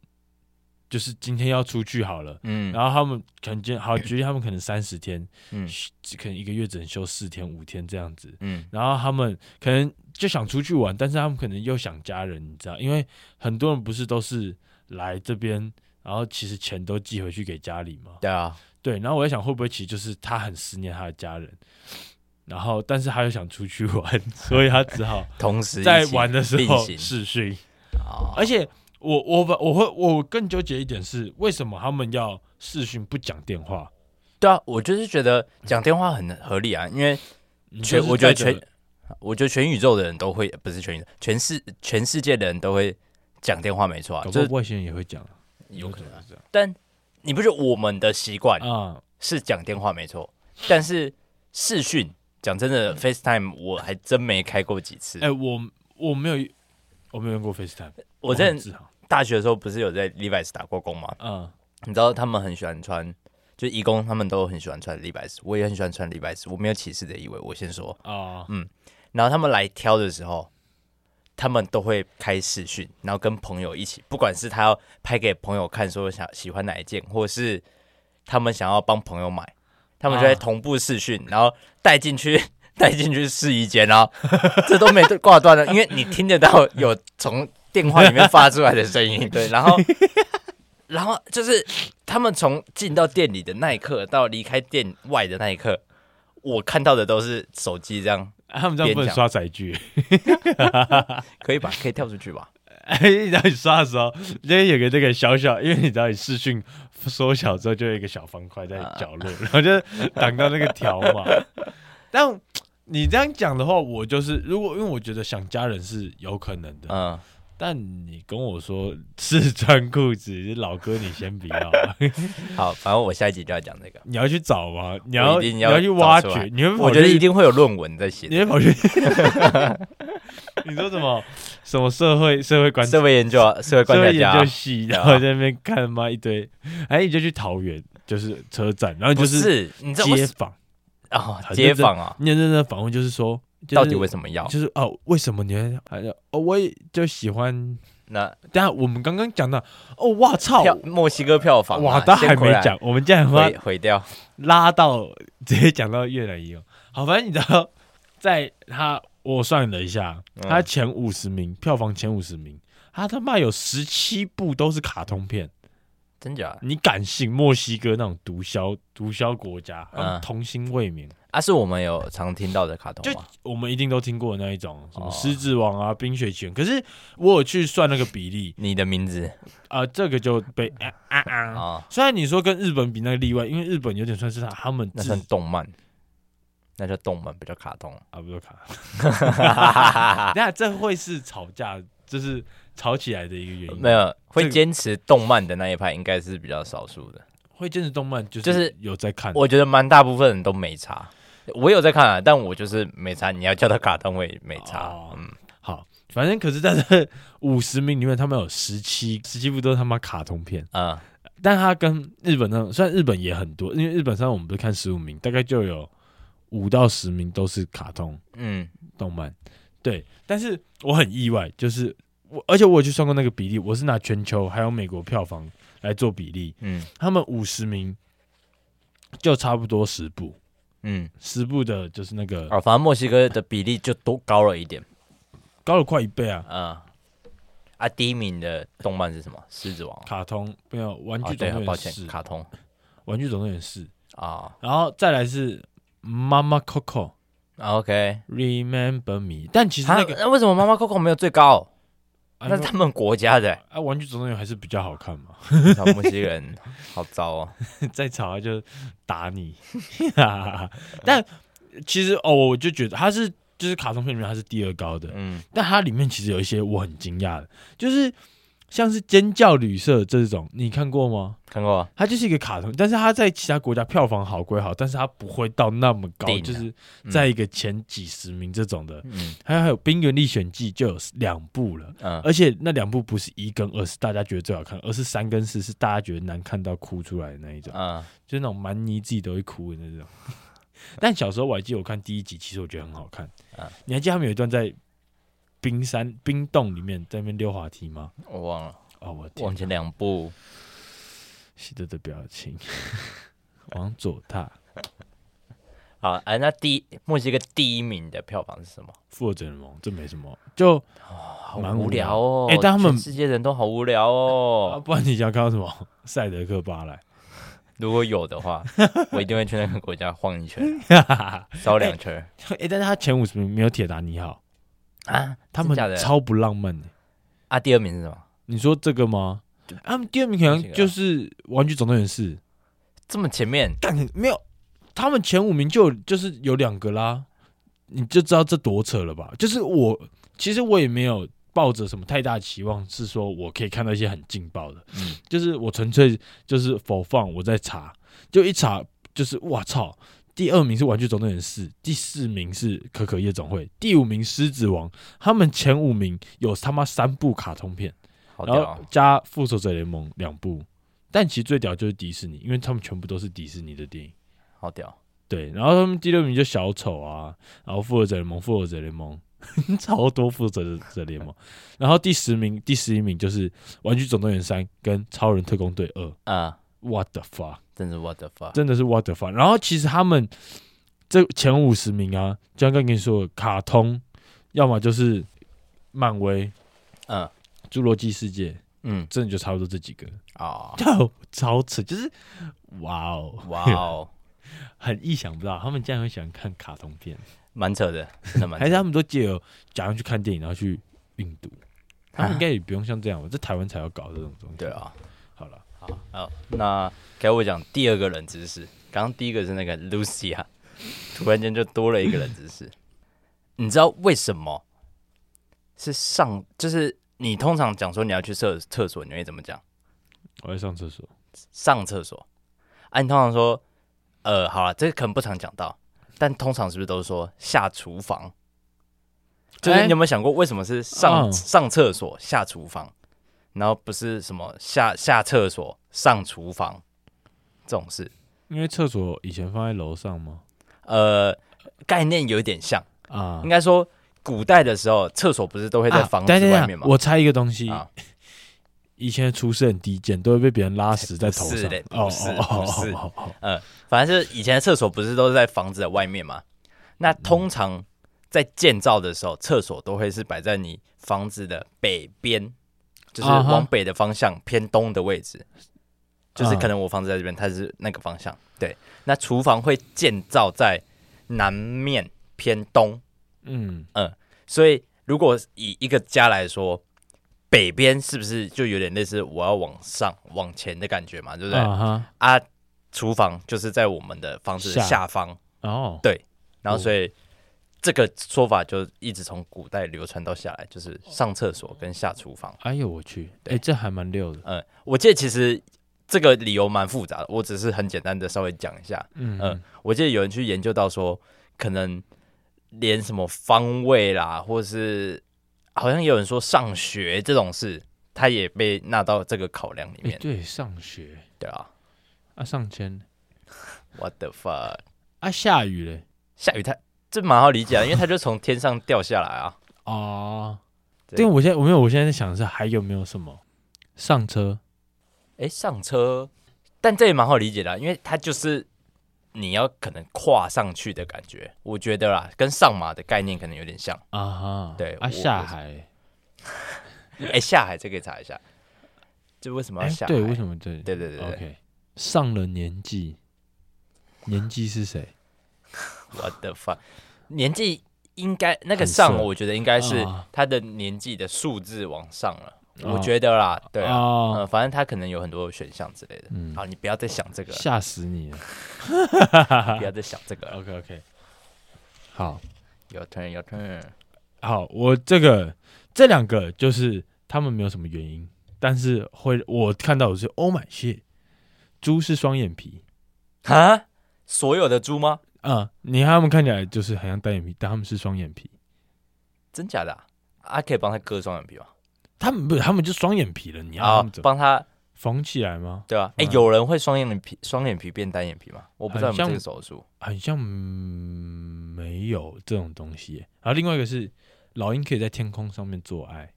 Speaker 1: 就是今天要出去好了，
Speaker 2: 嗯
Speaker 1: 然后他们可能今天好举例，他们可能三十天，
Speaker 2: 嗯
Speaker 1: 只可能一个月只能休四天五天这样子，
Speaker 2: 嗯
Speaker 1: 然后他们可能就想出去玩，但是他们可能又想家人，你知道，因为很多人不是都是来这边，然后其实钱都寄回去给家里嘛，
Speaker 2: 对啊，
Speaker 1: 对，然后我在想会不会其实就是他很思念他的家人，然后但是他又想出去玩， 所以他只 好
Speaker 2: 同时一起
Speaker 1: 在玩的时
Speaker 2: 并
Speaker 1: 候
Speaker 2: 行
Speaker 1: 试训，
Speaker 2: 啊
Speaker 1: 而且。我我把我会我更纠结一点是为什么他们要视讯不讲电话？
Speaker 2: 对啊，我就是觉得讲电话很合理啊，因为
Speaker 1: 你
Speaker 2: 全
Speaker 1: 就是
Speaker 2: 我觉得
Speaker 1: 带着
Speaker 2: 全我觉得全宇宙的人都会，不是全宇宙，全世全世界的人都会讲电话，没错啊，
Speaker 1: 搞不
Speaker 2: 就
Speaker 1: 好
Speaker 2: 是
Speaker 1: 外星人也会讲啊，
Speaker 2: 有可能啊
Speaker 1: 是这样
Speaker 2: 但你不觉得我们的习惯
Speaker 1: 啊。
Speaker 2: 是讲电话没错，但是视讯讲真的，FaceTime 我还真没开过几次。
Speaker 1: 哎，我我没有我没有用过 FaceTime，
Speaker 2: 我在
Speaker 1: 很自豪
Speaker 2: 大学的时候不是有在 Levi's 打过工吗？
Speaker 1: 嗯，
Speaker 2: 你知道他们很喜欢穿，就义工他们都很喜欢穿 Levi's，我也很喜欢穿 Levi's，我没有歧视的意味，我先说。
Speaker 1: 啊
Speaker 2: 然后他们来挑的时候，他们都会开视讯，然后跟朋友一起，不管是他要拍给朋友看，说想喜欢哪一件，或是他们想要帮朋友买，他们就会
Speaker 1: 啊
Speaker 2: 同步视讯，然后带进去。 带进去试衣间，然后这都没挂断的，因为你听得到有从电话里面发出来的声音，对，然后，然后就是他们从进到店里的那一刻到离开店外的那一刻，我看到的都是手机这样
Speaker 1: 啊他们这样不能
Speaker 2: 边讲
Speaker 1: 刷载具，
Speaker 2: 可以吧？可以跳出去吧？
Speaker 1: 哎你知道你刷的时候，因为有个那个小小，因为你知道你视讯缩小之后，就有一个小方块
Speaker 2: 啊
Speaker 1: 在角落，然后就挡到那个条 码。但你这样讲的话，我就是如果因为我觉得想家人是有可能的，
Speaker 2: 嗯，
Speaker 1: 但你跟我说试穿裤子，老哥你先不要 啊，
Speaker 2: 好，反正我下一集就要讲这个。
Speaker 1: 你要去找吗？你
Speaker 2: 我
Speaker 1: 要
Speaker 2: 一定
Speaker 1: 你
Speaker 2: 要
Speaker 1: 要去挖
Speaker 2: 找出
Speaker 1: 掘
Speaker 2: 来，
Speaker 1: 你会
Speaker 2: 我
Speaker 1: 跑
Speaker 2: 觉得
Speaker 1: 去
Speaker 2: 一定会有论文在写
Speaker 1: 你会跑去？你说什么？什么社会社会观
Speaker 2: 社会研究啊，社会观
Speaker 1: 社
Speaker 2: 察
Speaker 1: 会
Speaker 2: 家
Speaker 1: 研
Speaker 2: 啊
Speaker 1: 究，系，然后在那边看妈一堆，哎，你就去桃园，就是车站，然后
Speaker 2: 不
Speaker 1: 就是
Speaker 2: 是？你知道
Speaker 1: 街
Speaker 2: 我
Speaker 1: 访，
Speaker 2: 啊，
Speaker 1: 很
Speaker 2: 街
Speaker 1: 认真
Speaker 2: 访啊，
Speaker 1: 你认真的访问就是说，
Speaker 2: 到底为
Speaker 1: 什
Speaker 2: 什么要
Speaker 1: 么？？就是哦，为什么你会？还有哦，我也就喜欢
Speaker 2: 那
Speaker 1: 等一下我们刚刚讲到，哦，哇操，
Speaker 2: 票墨西哥票房、啊、
Speaker 1: 哇，他还
Speaker 2: 先回
Speaker 1: 没
Speaker 2: 来
Speaker 1: 讲，我们竟然把它
Speaker 2: 毁毁掉，
Speaker 1: 拉到直接讲到越南也有。好，反正你知道，在他我算了一下，
Speaker 2: 嗯
Speaker 1: 他前五十名、票房前五十名，他他妈有十七部都是卡通片，
Speaker 2: 真假的？
Speaker 1: 你敢信墨西哥那种毒枭毒枭国家，
Speaker 2: 嗯
Speaker 1: 他们童心未泯，
Speaker 2: 啊，是我们有常听到的卡通
Speaker 1: 就
Speaker 2: 吗？
Speaker 1: 我们一定都听过的那一种，什么
Speaker 2: 哦
Speaker 1: 狮子王啊、冰雪奇缘。可是我有去算那个比例，
Speaker 2: 你的名字
Speaker 1: 啊、这个就被啊啊
Speaker 2: 啊、
Speaker 1: 啊。虽然你说跟日本比那个例外，因为日本有点算是他他们
Speaker 2: 那
Speaker 1: 自
Speaker 2: 算动漫，那叫动漫，不叫卡 通。
Speaker 1: 啊，不是卡，
Speaker 2: 啊
Speaker 1: 那这会是吵架，就是吵起来的一个原因。
Speaker 2: 没有
Speaker 1: 这
Speaker 2: 会
Speaker 1: 个
Speaker 2: 坚持动漫的那一派，应该是比较少数的。
Speaker 1: 会坚持动漫，就是
Speaker 2: 就是
Speaker 1: 有在看。
Speaker 2: 我觉得蛮大部分人都没差，我有在看啊，但我就是没差。你要叫他卡通，我也没差。
Speaker 1: 哦
Speaker 2: 嗯，
Speaker 1: 好，反正可是在这五十名里面，他们有十七十七部都是他妈卡通片，
Speaker 2: 啊、
Speaker 1: 但它跟日本那种虽然日本也很多，因为日本上我们不是看十五名，大概就有五到十名都是卡通
Speaker 2: 嗯，
Speaker 1: 动漫。对，但是我很意外，就是我而且我有去算过那个比例，我是拿全球还有美国票房来做比例，
Speaker 2: 嗯
Speaker 1: 他们五十名就差不多十部，
Speaker 2: 嗯
Speaker 1: 十部的就是那个
Speaker 2: 哦，反正墨西哥的比例就多高了一点
Speaker 1: 高了快一倍啊。
Speaker 2: 啊、啊，第一名的动漫是什么？狮子王。
Speaker 1: 卡通没有《玩
Speaker 2: 哦，
Speaker 1: 具
Speaker 2: 对
Speaker 1: 总，动
Speaker 2: 抱
Speaker 1: 员
Speaker 2: 歉
Speaker 1: 四》，
Speaker 2: 卡通
Speaker 1: 玩具总动员四》，
Speaker 2: 啊、
Speaker 1: 然后再来是《妈妈 Coco
Speaker 2: 啊 OK。
Speaker 1: Remember Me》，但其实
Speaker 2: 他
Speaker 1: 那个
Speaker 2: 那为什么妈妈 Coco 没有最高？
Speaker 1: 啊
Speaker 2: 那是他们国家 的、
Speaker 1: 啊，《玩具总动员》还是比较好看 嘛。
Speaker 2: 操墨西哥人好糟哦。
Speaker 1: 再吵他就打你， 但其实哦，我就觉得它是就是卡通片里面它是第二高的，
Speaker 2: 嗯，
Speaker 1: 但它里面其实有一些我很惊讶的，就是像是《尖叫旅社》这种，你看过吗？
Speaker 2: 看过啊
Speaker 1: 它就是一个卡通，但是它在其他国家票房好归好，但是它不会到那么高，
Speaker 2: 顶啊
Speaker 1: 就是在一个前几十名这种的。
Speaker 2: 嗯
Speaker 1: 还有还有《冰原历险记》就有两部了，
Speaker 2: 嗯
Speaker 1: 而且那两部不是一跟二是大家觉得最好看，而是三跟四是大家觉得难看到哭出来的那一种，
Speaker 2: 嗯，
Speaker 1: 就是那种蛮泥自己都会哭的那 种。但小时候我还记得我看第一集，其实我觉得很好看
Speaker 2: 嗯。
Speaker 1: 你还记得他们有一段在冰山冰洞里面在那边溜滑梯吗？
Speaker 2: 我忘了，
Speaker 1: 哦，我的天
Speaker 2: 往前两步，
Speaker 1: 喜德的表 情，往左踏。
Speaker 2: 好，哎、那第墨西哥第一名的票房是什么？
Speaker 1: 复仇者联盟这没什么，就
Speaker 2: 好
Speaker 1: 蛮
Speaker 2: 无
Speaker 1: 无
Speaker 2: 聊
Speaker 1: 聊
Speaker 2: 哦！
Speaker 1: 哎但他们
Speaker 2: 全世界人都好无聊
Speaker 1: 啊，
Speaker 2: 哦。
Speaker 1: 不然你想看到什么？ 赛德克巴莱，
Speaker 2: 如果有 的话，我一定会去那个国家晃一圈，烧两圈儿
Speaker 1: 哎、但是他前五十名没有铁达尼号，
Speaker 2: 啊！
Speaker 1: 他
Speaker 2: 真
Speaker 1: 们
Speaker 2: 假的
Speaker 1: 超不浪漫的。
Speaker 2: 啊，第二名是什么？
Speaker 1: 你说这个吗？他们第二名可能就是《玩具总动员四》，
Speaker 2: 这么前面
Speaker 1: 但没有，他们前五名就有就是有两个啦，你就知道这多扯了吧？就是我其实我也没有抱着什么太大期望，是说我可以看到一些很劲爆的，
Speaker 2: 嗯
Speaker 1: 就是我纯粹就是否放我在查，就一查就是哇操，第二名是《玩具总动员四》，第四名是《可可夜总会》，第五名《狮子王》，他们前五名有他妈三部卡通片，
Speaker 2: 好
Speaker 1: 然
Speaker 2: 屌
Speaker 1: 后
Speaker 2: 哦，
Speaker 1: 加《复仇者联盟》两部，但其实最屌就是迪士尼，因为他们全部都是迪士尼的电影。
Speaker 2: 好屌！
Speaker 1: 对，然后他们第六名就小丑啊，然后复仇者联盟，复仇者联盟， 超多复仇者联盟。然后第十名，第十一名就是《玩具总动员三》跟《超人特工队二》。
Speaker 2: 啊，
Speaker 1: What the fuck！
Speaker 2: 真是 what the fuck！
Speaker 1: 真的是 What the fuck！然后其实他们这前五十名啊，就像刚跟你说的，卡通，要么就是漫威、
Speaker 2: 嗯
Speaker 1: 侏罗纪世界，
Speaker 2: 嗯
Speaker 1: 真的就差不多这几个。
Speaker 2: 哦，
Speaker 1: 就超扯，就是哇哦，
Speaker 2: 哇哦，
Speaker 1: 很意想不到，他们竟然会喜欢看卡通片，
Speaker 2: 蛮扯的，真的蛮扯
Speaker 1: 还是他们都借由假装去看电影，然后去运毒。他们应该也不用像这样吧，在台湾才要搞这种东西。
Speaker 2: 对，啊。
Speaker 1: 好了，
Speaker 2: 好，好，那给我讲第二个冷知识。刚刚第一个是那个 Lucia，突然间就多了一个冷知识。你知道为什么是上？就是你通常讲说你要去厕厕所，你会怎么讲？
Speaker 1: 我要上厕所。
Speaker 2: 上厕所。啊，你通常说，呃，好了，这可能不常讲到，但通常是不是都说下厨房？就是
Speaker 1: 哎
Speaker 2: 你有没有想过，为什么是上、
Speaker 1: 嗯
Speaker 2: 上厕所下厨房，然后不是什么下下厕所上厨房这种事？
Speaker 1: 因为厕所以前放在楼上吗？
Speaker 2: 呃，概念有点像，
Speaker 1: 啊
Speaker 2: 应，该说古代的时候，厕所不是都会在
Speaker 1: 啊
Speaker 2: 房子
Speaker 1: 等一下等一下
Speaker 2: 外面吗？
Speaker 1: 我猜一个东西，
Speaker 2: 啊
Speaker 1: 以前的厨师很低贱，都会被别人拉屎在头
Speaker 2: 不是
Speaker 1: 上
Speaker 2: 嘞。
Speaker 1: 哦
Speaker 2: 不是
Speaker 1: 哦哦
Speaker 2: 不是
Speaker 1: 哦哦哦，
Speaker 2: 反正是以前的厕所不是都是在房子的外面嘛？那通常在建造的时候，厕所都会是摆在你房子的北边，就是
Speaker 1: 啊哈
Speaker 2: 往北的方向偏东的位置。就是
Speaker 1: 嗯
Speaker 2: 可能我房子在这边，它是那个方向。对，那厨房会建造在南面偏东，
Speaker 1: 嗯，
Speaker 2: 所以如果以一个家来说，北边是不是就有点类似我要往上往前的感觉嘛？对不对？
Speaker 1: 啊哈，
Speaker 2: 啊，厨房就是在我们的房子的
Speaker 1: 下
Speaker 2: 下方，
Speaker 1: 哦，
Speaker 2: 然后所以这个说法就一直从古代流传到下来，就是上厕所跟下厨房。
Speaker 1: 哎呦我去，
Speaker 2: 对
Speaker 1: 哎，这还蛮溜的，
Speaker 2: 嗯，我记得其实这个理由蛮复杂的，我只是很简单的稍微讲一下。
Speaker 1: 嗯
Speaker 2: 嗯，我记得有人去研究到说，可能连什么方位啦，或是好像也有人说上学这种事，它也被纳到这个考量里
Speaker 1: 哎，
Speaker 2: 面。
Speaker 1: 对，上学
Speaker 2: 对啊
Speaker 1: 啊，上千
Speaker 2: ，What the fuck？
Speaker 1: 啊，下雨嘞，
Speaker 2: 下雨它这蛮好理解的，啊因为它就从天上掉下来啊。
Speaker 1: 哦，
Speaker 2: 对
Speaker 1: 因为我现在我没有，我现在在想的是还有没有什么上车
Speaker 2: 哎、上车，但这也蛮好理解的啊、因为它就是你要可能跨上去的感觉，我觉得啦，跟上马的概念可能有点像。
Speaker 1: 啊哈，
Speaker 2: 对
Speaker 1: 啊
Speaker 2: 我
Speaker 1: 下
Speaker 2: 我
Speaker 1: 海，
Speaker 2: 哎、下海这个可以查一下，这为什么要
Speaker 1: 哎
Speaker 2: 下海？
Speaker 1: 对，为什么对
Speaker 2: 对对对对
Speaker 1: ，OK，上了年纪，年纪是谁？
Speaker 2: 我的 fuck，年纪应该那个
Speaker 1: 很
Speaker 2: 上，
Speaker 1: 色
Speaker 2: 我觉得应该是
Speaker 1: 啊
Speaker 2: 他的年纪的数字往上了，我
Speaker 1: 啊
Speaker 2: 觉得啦，对啊，
Speaker 1: 哦，
Speaker 2: 嗯，反正他可能有很多选项之类的。
Speaker 1: 嗯，
Speaker 2: 好，你不要再想这个了，
Speaker 1: 吓死你了
Speaker 2: 不要再想这个了。
Speaker 1: ，OK OK，好
Speaker 2: Your turn, your turn。
Speaker 1: 好，我这个这两个就是他们没有什么原因，但是会我看到的是 Oh my shit，猪是双眼皮。
Speaker 2: 啊？所有的猪吗？
Speaker 1: 啊，你看他们看起来就是很像单眼皮，但他们是双眼皮。
Speaker 2: 真假的啊？啊，可以帮他割双眼皮吗？
Speaker 1: 他们不是，他们就双眼皮了。你要他
Speaker 2: 啊
Speaker 1: 们怎，么
Speaker 2: 帮他
Speaker 1: 缝起来吗？
Speaker 2: 对啊。哎、
Speaker 1: 嗯
Speaker 2: 有人会双眼皮双眼皮变单眼皮吗？我不知道有
Speaker 1: 很
Speaker 2: 没有
Speaker 1: 像
Speaker 2: 这个手术。
Speaker 1: 很像、嗯没有这种东西耶。然后另外一个是老鹰可以在天空上面做爱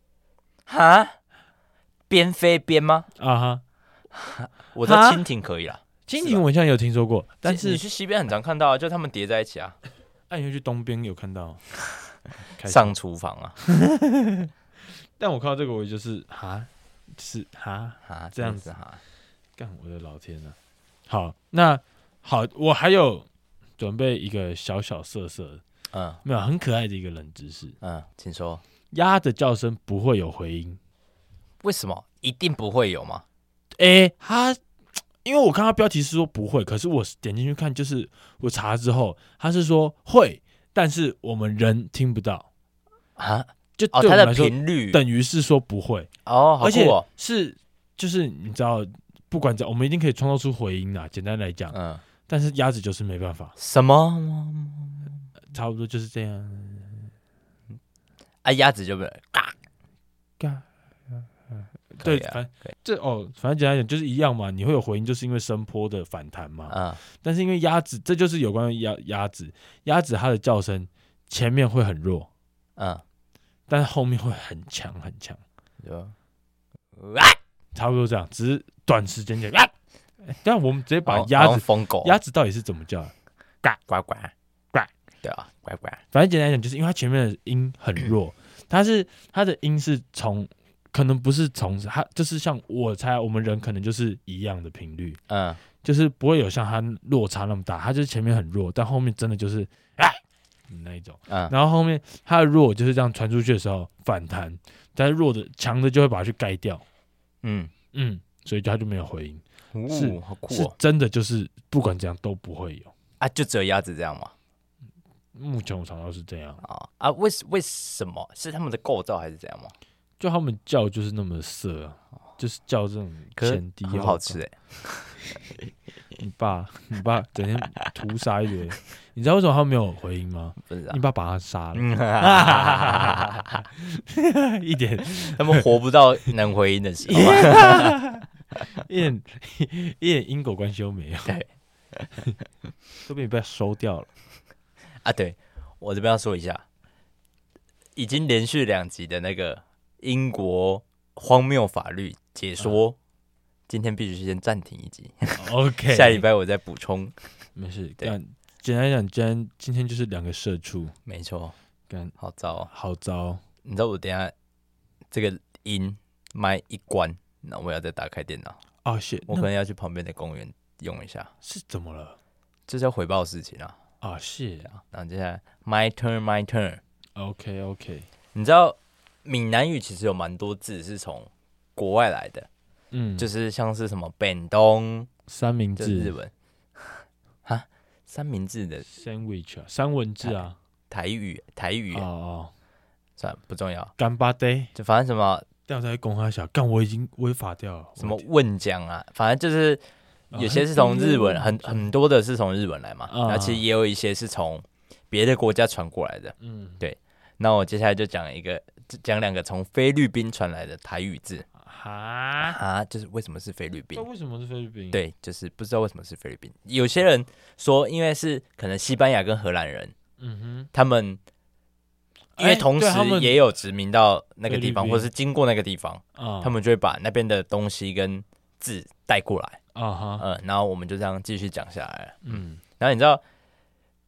Speaker 2: 哈？边飞边吗？
Speaker 1: 啊哈。
Speaker 2: 我知道
Speaker 1: 哈
Speaker 2: 蜻蜓可以啦，
Speaker 1: 蜻
Speaker 2: 是吧
Speaker 1: 蜓我好像有听说过，但
Speaker 2: 你
Speaker 1: 是啊
Speaker 2: 去西边很常看到啊，就他们叠在一起啊，
Speaker 1: 暗夜去东边有看到。开心
Speaker 2: 上厨房啊，
Speaker 1: 但我看到这个，我就是哈，是哈，
Speaker 2: 啊，
Speaker 1: 这样子
Speaker 2: 哈、啊，
Speaker 1: 干我的老天啊！好，那好，我还有准备一个小小色色的，
Speaker 2: 嗯
Speaker 1: 没有很可爱的一个冷知识。
Speaker 2: 嗯，请说，
Speaker 1: 鸭的叫声不会有回音。
Speaker 2: 为什么一定不会有吗？
Speaker 1: 诶、它因为我看它标题是说不会，可是我点进去看，就是我查之后，它是说会，但是我们人听不到，
Speaker 2: 啊，
Speaker 1: 就
Speaker 2: 哦，
Speaker 1: 对我
Speaker 2: 它
Speaker 1: 们
Speaker 2: 的
Speaker 1: 来说，
Speaker 2: 频率，
Speaker 1: 等于是说不会，
Speaker 2: 哦，好
Speaker 1: 而且
Speaker 2: 酷哦，
Speaker 1: 是就是你知道，不管怎样，我们一定可以创造出回音啊。简单来讲，
Speaker 2: 嗯，
Speaker 1: 但是鸭子就是没办法，
Speaker 2: 什么
Speaker 1: 差不多就是这样。
Speaker 2: 啊？鸭子就不能，嘎，
Speaker 1: 嘎
Speaker 2: 可
Speaker 1: 对
Speaker 2: 以，啊，
Speaker 1: 反
Speaker 2: 可以
Speaker 1: 这哦，反正简单讲就是一样嘛。你会有回音，就是因为声波的反弹嘛。
Speaker 2: 嗯，
Speaker 1: 但是因为鸭子，这就是有关于鸭鸭子，鸭子它的叫声前面会很弱，
Speaker 2: 嗯，
Speaker 1: 但是后面会很强很强，
Speaker 2: 就啊，
Speaker 1: 差不多这样，只是短时间讲啊。但我们直接把
Speaker 2: 好
Speaker 1: 鸭
Speaker 2: 好像
Speaker 1: 子
Speaker 2: 哦疯狗，
Speaker 1: 鸭子到底是怎么叫的？
Speaker 2: 呱呱
Speaker 1: 呱，
Speaker 2: 对啊，呱呱，
Speaker 1: 反正简单来讲，就是因为它前面的音很 弱，它是它的音是从可能不是从它就是像我猜我们人可能就是一样的频率，
Speaker 2: 嗯，
Speaker 1: 就是不会有像它落差那么大，它就是前面很弱，但后面真的就是啊那一种。
Speaker 2: 嗯
Speaker 1: 然后后面它的弱就是这样传出去的时候反弹，但是弱的强的就会把它去盖掉，
Speaker 2: 嗯，
Speaker 1: 嗯，所以它就没有回音，是
Speaker 2: 呜，好酷
Speaker 1: 是
Speaker 2: 哦，
Speaker 1: 真的就是不管怎样都不会有。
Speaker 2: 啊，就只有鸭子这样吗？
Speaker 1: 目前我查到是这样，
Speaker 2: 啊啊，为什为什么是他们的构造还是这样吗？
Speaker 1: 就他们叫就是那么色啊，就是叫这种
Speaker 2: 哦可是
Speaker 1: 前低
Speaker 2: 很好吃。哎，
Speaker 1: 你爸，你爸整天屠杀一堆，你知道为什么他没有回音 吗？
Speaker 2: 不知道
Speaker 1: 你。爸把他杀了，
Speaker 2: 嗯，他
Speaker 1: 一点
Speaker 2: 们活不到能回音的时候啊。
Speaker 1: 一点一点因果关系都没有，
Speaker 2: 对，
Speaker 1: 都被你爸收掉了。
Speaker 2: 啊，对我这边要说一下，已经连续两集的那个英国荒谬法律解说，今天必须先暂停一集，
Speaker 1: OK，
Speaker 2: 下礼拜我再补充。
Speaker 1: 没事。
Speaker 2: 对
Speaker 1: 但简单讲，今天今天就是两个社畜，
Speaker 2: 没错，
Speaker 1: 干
Speaker 2: 好糟、哦！
Speaker 1: 好糟。
Speaker 2: 你知道我等一下这个音麦一关，那我要再打开电脑，
Speaker 1: 哦，shit，
Speaker 2: 我可
Speaker 1: 那
Speaker 2: 能要去旁边的公园用一下，
Speaker 1: 是怎么了？
Speaker 2: 这叫回报事情啊。
Speaker 1: 啊，是
Speaker 2: 啊然后接下来 my turn my turn，
Speaker 1: ，OK OK，
Speaker 2: 你知道闽南语其实有蛮多字是从国外来的，
Speaker 1: 嗯，
Speaker 2: 就是是像是什么本东，
Speaker 1: 三明
Speaker 2: 就是日
Speaker 1: 治
Speaker 2: 文 啊，三明治的
Speaker 1: sandwich 啊，三文治啊，
Speaker 2: 台语台语、
Speaker 1: 哦哦，
Speaker 2: 算了不重要，
Speaker 1: 干巴爹，
Speaker 2: 就反正什么
Speaker 1: 掉在公他小，干我已经违法掉了，
Speaker 2: 什么
Speaker 1: 我的
Speaker 2: 问讲啊，反正就是有些是从日文，哦很很多的是从日文来嘛，
Speaker 1: 啊
Speaker 2: 然后其实也有一些是从别的国家传过来的。
Speaker 1: 嗯，
Speaker 2: 那我接下来就讲一个，讲两个从菲律宾传来的台语字
Speaker 1: 哈，
Speaker 2: 啊，就是为什么是菲律宾
Speaker 1: 那？为什么是菲律宾？，
Speaker 2: 对，就是不知道为什么是菲律宾。有些人说，因为是可能西班牙跟荷兰人，
Speaker 1: 嗯
Speaker 2: 他们因为
Speaker 1: 哎
Speaker 2: 同时
Speaker 1: 对他们
Speaker 2: 也有殖民到那个地
Speaker 1: 菲
Speaker 2: 方，
Speaker 1: 律宾
Speaker 2: 或是经过那个地方，
Speaker 1: 哼，啊，
Speaker 2: 他们就会把那边的东西跟字带过来。
Speaker 1: 啊哈，
Speaker 2: 嗯，然后我们就这样继续讲下来了。
Speaker 1: 嗯，
Speaker 2: 然后你知道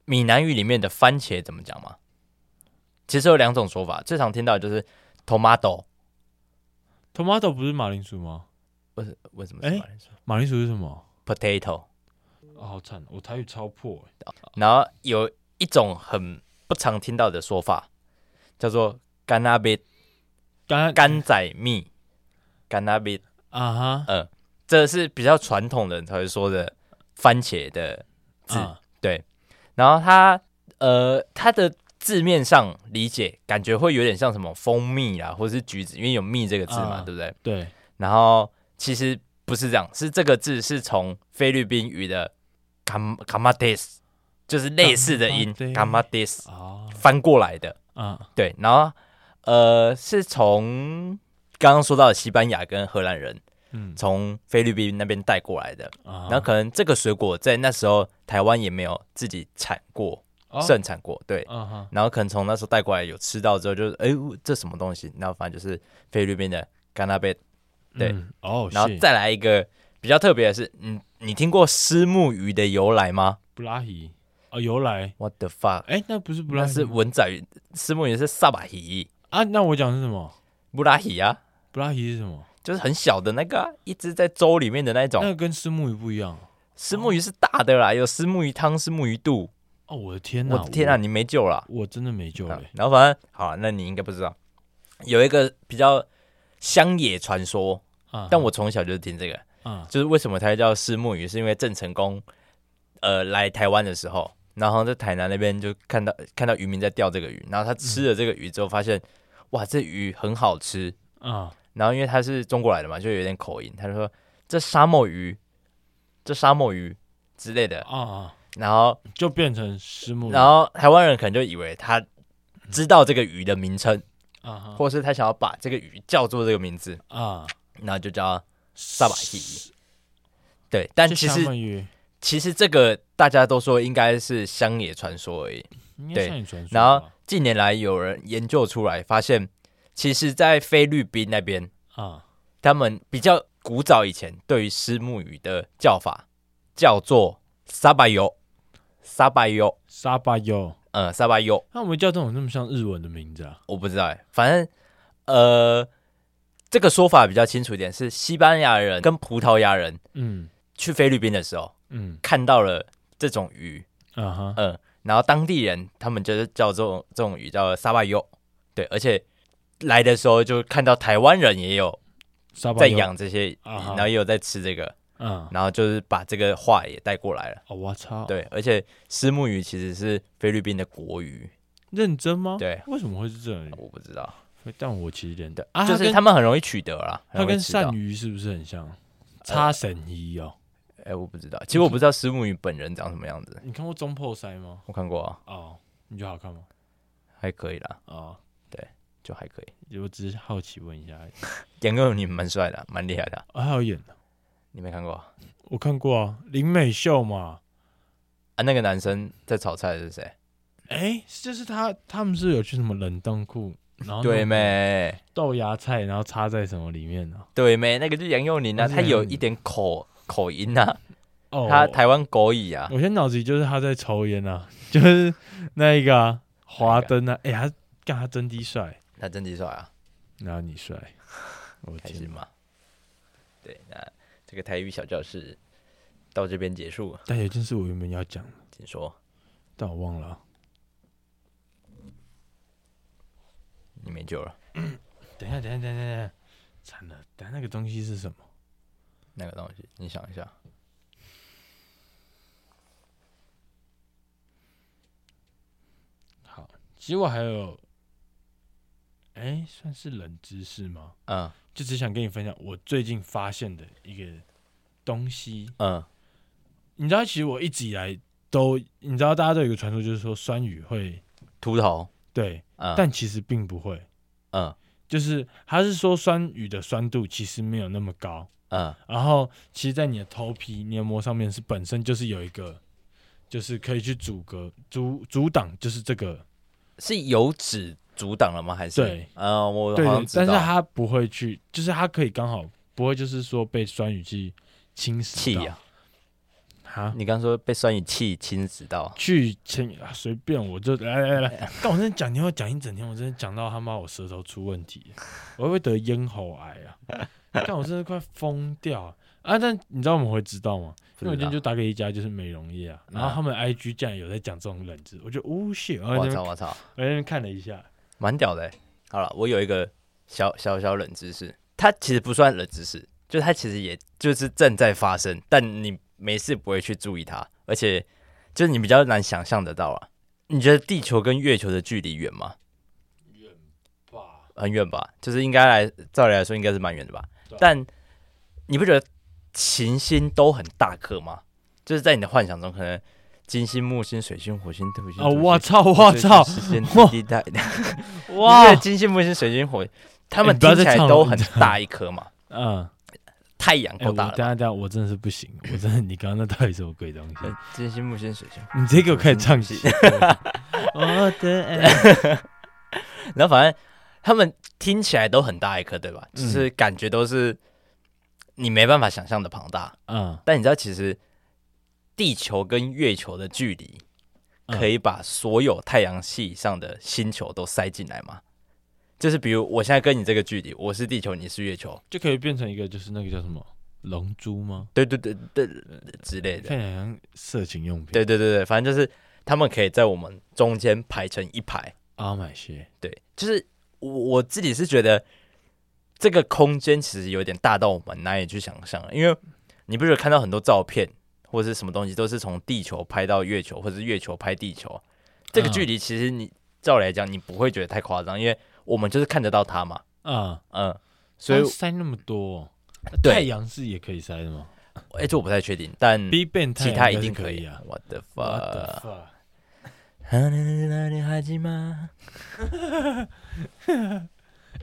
Speaker 2: 闽南语里面的番茄怎么讲吗？其实有两种说法，最常听到的就是 tomato，
Speaker 1: tomato 不是马铃薯吗？
Speaker 2: 为什为什么
Speaker 1: 哎
Speaker 2: 是马铃薯
Speaker 1: 马铃薯是什么？
Speaker 2: potato？
Speaker 1: 啊，好惨，我台语超破欸，
Speaker 2: 然后有一种很不常听到的说法，叫做干阿贝
Speaker 1: 干
Speaker 2: 干仔蜜，干阿贝，
Speaker 1: 啊哈，
Speaker 2: 这是比较传统的人才会说的番茄的字。
Speaker 1: 啊
Speaker 2: 然后它呃，它的字面上理解感觉会有点像什么蜂蜜啦，或是橘子，因为有蜜这个字嘛，
Speaker 1: 啊
Speaker 2: 对不对？
Speaker 1: 对，
Speaker 2: 然后其实不是这样，是这个字是从菲律宾语的 gam gamates，就是类似的音
Speaker 1: Gamades
Speaker 2: gamates
Speaker 1: 啊
Speaker 2: 翻过来的。
Speaker 1: 啊
Speaker 2: 对，然后呃，是从刚刚说到的西班牙跟荷兰人
Speaker 1: 嗯
Speaker 2: 从菲律宾那边带过来的，
Speaker 1: 啊，
Speaker 2: 然后可能这个水果在那时候台湾也没有自己产过，
Speaker 1: 哦
Speaker 2: 盛产过，对。
Speaker 1: 啊哈，
Speaker 2: 然后可能从那时候带过来有吃到之后，就是哎，呜这什么东西？然后反正就是菲律宾的干拉贝，对
Speaker 1: 嗯，哦，
Speaker 2: 然后
Speaker 1: 是
Speaker 2: 再来一个比较特别的是，嗯，你听过虱目鱼的由来吗
Speaker 1: 布拉提啊，由来，
Speaker 2: ？What the fuck？
Speaker 1: 哎，那不是布拉
Speaker 2: 那
Speaker 1: 提
Speaker 2: 是
Speaker 1: 吗
Speaker 2: 文仔鱼，虱目鱼是萨巴鱼，
Speaker 1: 啊，那我讲的是什么？
Speaker 2: 布拉鱼啊，
Speaker 1: 布拉提是什么？
Speaker 2: 就是很小的那个啊、一直在粥里面的那
Speaker 1: 那
Speaker 2: 种。
Speaker 1: 个跟石木鱼不一样
Speaker 2: 虱目鱼是大的啦，有虱目鱼汤、虱目鱼肚。
Speaker 1: 哦，我的天
Speaker 2: 我
Speaker 1: 哪，
Speaker 2: 的天啊，
Speaker 1: 我
Speaker 2: 你没救了啊、
Speaker 1: 我真的没救欸
Speaker 2: 啊
Speaker 1: 了，
Speaker 2: 然后反正好啊，那你应该不知道，有一个比较乡野传说，
Speaker 1: 啊，
Speaker 2: 但我从小就是听这个，
Speaker 1: 啊
Speaker 2: 就是为什么它叫虱目鱼，是因为郑成功呃来台湾的时候，然后在台南那边就看到看到渔民在钓这个鱼，然后他吃了这个鱼之后，发现、哇，这鱼很好吃。
Speaker 1: 啊
Speaker 2: 然后因为他是中国来的嘛，就有点口音，他就说这沙漠鱼，这沙漠鱼之类的。
Speaker 1: 啊啊，
Speaker 2: 然后
Speaker 1: 就变成石木鱼，
Speaker 2: 然后台湾人可能就以为他知道这个鱼的名称，
Speaker 1: 啊哈
Speaker 2: 或是他想要把这个鱼叫做这个名字，
Speaker 1: 啊，
Speaker 2: 那就叫它萨瓦提鱼。对，但
Speaker 1: 这
Speaker 2: 其
Speaker 1: 三
Speaker 2: 实
Speaker 1: 文鱼，
Speaker 2: 其实这个大家都说应该是乡野传说而已。
Speaker 1: 应
Speaker 2: 对
Speaker 1: 该像你传说
Speaker 2: 然后
Speaker 1: 吧
Speaker 2: 近年来有人研究出来，发现其实，在菲律宾那边，
Speaker 1: 啊
Speaker 2: 他们比较古早以前对于虱目鱼的叫法叫做沙巴油，沙巴油，
Speaker 1: 沙巴油，
Speaker 2: 呃，沙巴油，
Speaker 1: 那我们叫这种那么像日文的名字啊？
Speaker 2: 我不知道哎，反正呃，这个说法比较清楚一点，是西班牙人跟葡萄牙人
Speaker 1: 嗯
Speaker 2: 去菲律宾的时候
Speaker 1: 嗯
Speaker 2: 看到了这种鱼，
Speaker 1: 啊哈，
Speaker 2: 嗯，然后当地人他们就是叫这种这种鱼叫沙巴油，对，而且来的时候就看到台湾人也有
Speaker 1: 沙巴
Speaker 2: 在
Speaker 1: 油
Speaker 2: 养这些鱼，
Speaker 1: 啊哈
Speaker 2: 然后也有在吃这个，
Speaker 1: 啊。
Speaker 2: 然后就是把这个话也带过来了。
Speaker 1: 哦，我操！，
Speaker 2: 对，而且虱目鱼其实是菲律宾的国鱼，
Speaker 1: 认真吗？
Speaker 2: 对，
Speaker 1: 为什么会是这样？
Speaker 2: 我不知道，
Speaker 1: 但我其实连
Speaker 2: 对，
Speaker 1: 啊
Speaker 2: 就是
Speaker 1: 它跟
Speaker 2: 他们很容易取得啦，
Speaker 1: 它跟鳝
Speaker 2: 鱼，
Speaker 1: 鱼是不是很像？
Speaker 2: 呃
Speaker 1: 叉神鱼哦，
Speaker 2: 哎、我不知道，其实我不知道虱目鱼本人长什么样子，
Speaker 1: 你看过中破塞吗？
Speaker 2: 我看过啊，
Speaker 1: 哦，你觉得好看吗？
Speaker 2: 还可以啦，
Speaker 1: 哦，
Speaker 2: 就还可以，
Speaker 1: 我只是好奇问一下而已。
Speaker 2: 杨佑宁蛮帅的，蛮厉害的啊，
Speaker 1: 啊，还有演的，
Speaker 2: 你没看过啊？
Speaker 1: 我看过啊，林美秀嘛，
Speaker 2: 啊那个男生在炒菜的是谁？
Speaker 1: 哎，就是他他们是有去什么冷冻库，然后
Speaker 2: 对
Speaker 1: 弄
Speaker 2: 没？
Speaker 1: 豆芽菜，然后插在什么里面呢、
Speaker 2: 对没？那个就是杨佑宁啊，
Speaker 1: 哦是
Speaker 2: 他
Speaker 1: 杨佑
Speaker 2: 有一
Speaker 1: 宁
Speaker 2: 点口口音啊，
Speaker 1: 哦，
Speaker 2: 他台湾国语啊，
Speaker 1: 我现在脑子里就是他在抽烟啊，就是那一个、啊、华灯啊，哎、他干他真的帅，
Speaker 2: 他真的帅啊，
Speaker 1: 哪有你帅？我
Speaker 2: 开
Speaker 1: 天
Speaker 2: 心
Speaker 1: 哪，
Speaker 2: 吗？对，那这个台语小教室到这边结束，
Speaker 1: 但有一件事我原本要讲的，
Speaker 2: 请说，
Speaker 1: 但我忘了啊、
Speaker 2: 你没救了，
Speaker 1: 等一下，等一下，等一下，等一下，惨了，但那个东西是什么？
Speaker 2: 那个东西，你想一下，
Speaker 1: 好，其实我还有，哎、算是冷知识吗？
Speaker 2: 嗯
Speaker 1: 就只想跟你分享我最近发现的一个东西。
Speaker 2: 嗯，
Speaker 1: 你知道，其实我一直以来都，你知道，大家都有一个传说，就是说酸雨会
Speaker 2: 秃头，
Speaker 1: 对，
Speaker 2: 嗯，
Speaker 1: 但其实并不会。
Speaker 2: 嗯
Speaker 1: 就是他是说酸雨的酸度其实没有那么高，
Speaker 2: 嗯
Speaker 1: 然后其实，在你的头皮黏膜上面是本身就是有一个，就是可以去阻隔阻阻挡，就是这个
Speaker 2: 是油脂阻挡了吗？还是
Speaker 1: 对？
Speaker 2: 嗯，我
Speaker 1: 对
Speaker 2: 好
Speaker 1: 对
Speaker 2: 像，知
Speaker 1: 但是
Speaker 2: 道
Speaker 1: 它不会去，就是它可以刚好不会，就是说被酸雨剂侵蚀
Speaker 2: 气
Speaker 1: 到
Speaker 2: 啊，
Speaker 1: 哈，
Speaker 2: 你刚说被酸雨气侵蚀到，
Speaker 1: 去侵啊随便我就来来来来，但我真的讲你要讲一整天，我真的讲到他妈我舌头出问题，我会不会得咽喉癌啊？但我真的快疯掉啊！啊但你知道我们会知道吗？因为我今
Speaker 2: 不知道
Speaker 1: 天就打给一家就是美容业啊，然后他们 IG 竟然有在讲这种冷知识，我就哦 shit，然后
Speaker 2: 我
Speaker 1: 在那边
Speaker 2: 操我操，
Speaker 1: 我在那边看了一下，
Speaker 2: 蛮屌的欸。好了，我有一个小小小冷知识，它其实不算冷知识，就是它其实也就是正在发生，但你没事不会去注意它，而且就是你比较难想象得到啊。你觉得地球跟月球的距离远吗？
Speaker 1: 哇，
Speaker 2: 很远吧，就是应该来，照理来说应该是蛮远的吧
Speaker 1: 对啊。
Speaker 2: 但你不觉得行星都很大颗吗？就是在你的幻想中，可能金星、木星、水星、火星、土星
Speaker 1: 啊，
Speaker 2: 土星
Speaker 1: 我操，
Speaker 2: 火
Speaker 1: 我
Speaker 2: 星
Speaker 1: 操，
Speaker 2: 时间
Speaker 1: 哇
Speaker 2: 地带，
Speaker 1: 哇哎
Speaker 2: 因为，金星、木星、水星、火，他们
Speaker 1: 你不要
Speaker 2: 听
Speaker 1: 再
Speaker 2: 起来
Speaker 1: 唱了
Speaker 2: 都很大一颗嘛，
Speaker 1: 嗯，
Speaker 2: 太阳
Speaker 1: 哎，
Speaker 2: 够
Speaker 1: 我
Speaker 2: 大
Speaker 1: 等
Speaker 2: 了
Speaker 1: 一
Speaker 2: 吧。
Speaker 1: 下等一下，我真的是不行，我真的，你刚刚那到底什么鬼东西？
Speaker 2: 金星、木星、水星，
Speaker 1: 你这个我开始唱起，我的爱，
Speaker 2: 然后反正他们听起来都很大一颗，对吧？
Speaker 1: 嗯
Speaker 2: 就是感觉都是你没办法想象的庞大。
Speaker 1: 嗯，
Speaker 2: 但你知道，其实地球跟月球的距离
Speaker 1: 嗯
Speaker 2: 可以把所有太阳系以上的星球都塞进来吗？就是比如我现在跟你这个距离，我是地球，你是月球，
Speaker 1: 就可以变成一个就是那个叫什么龙珠吗？
Speaker 2: 对对对对之类的。
Speaker 1: 看起来像色情用品。
Speaker 2: 对对对对，反正就是他们可以在我们中间排成一排。
Speaker 1: ，Oh my shit，
Speaker 2: 对，就是我我自己是觉得这个空间其实有点大到我们难以去想象，啊因为你不是有看到很多照片或者是什么东西都是从地球拍到月球，或者是月球拍地球，这个
Speaker 1: 嗯
Speaker 2: 距离其实你照理来讲你不会觉得太夸张，因为我们就是看得到它嘛，
Speaker 1: 啊，
Speaker 2: 嗯，所
Speaker 1: 所
Speaker 2: 以
Speaker 1: 以塞那么多哦，
Speaker 2: 对
Speaker 1: 太阳是也可以塞的吗
Speaker 2: 哎、这我不太确定，但
Speaker 1: ？Big Bang
Speaker 2: 其
Speaker 1: 太
Speaker 2: 他
Speaker 1: 阳
Speaker 2: 一
Speaker 1: 应该是
Speaker 2: 定
Speaker 1: 可
Speaker 2: 以
Speaker 1: 啊。。
Speaker 2: 我的
Speaker 1: What the
Speaker 2: 发，
Speaker 1: fuck？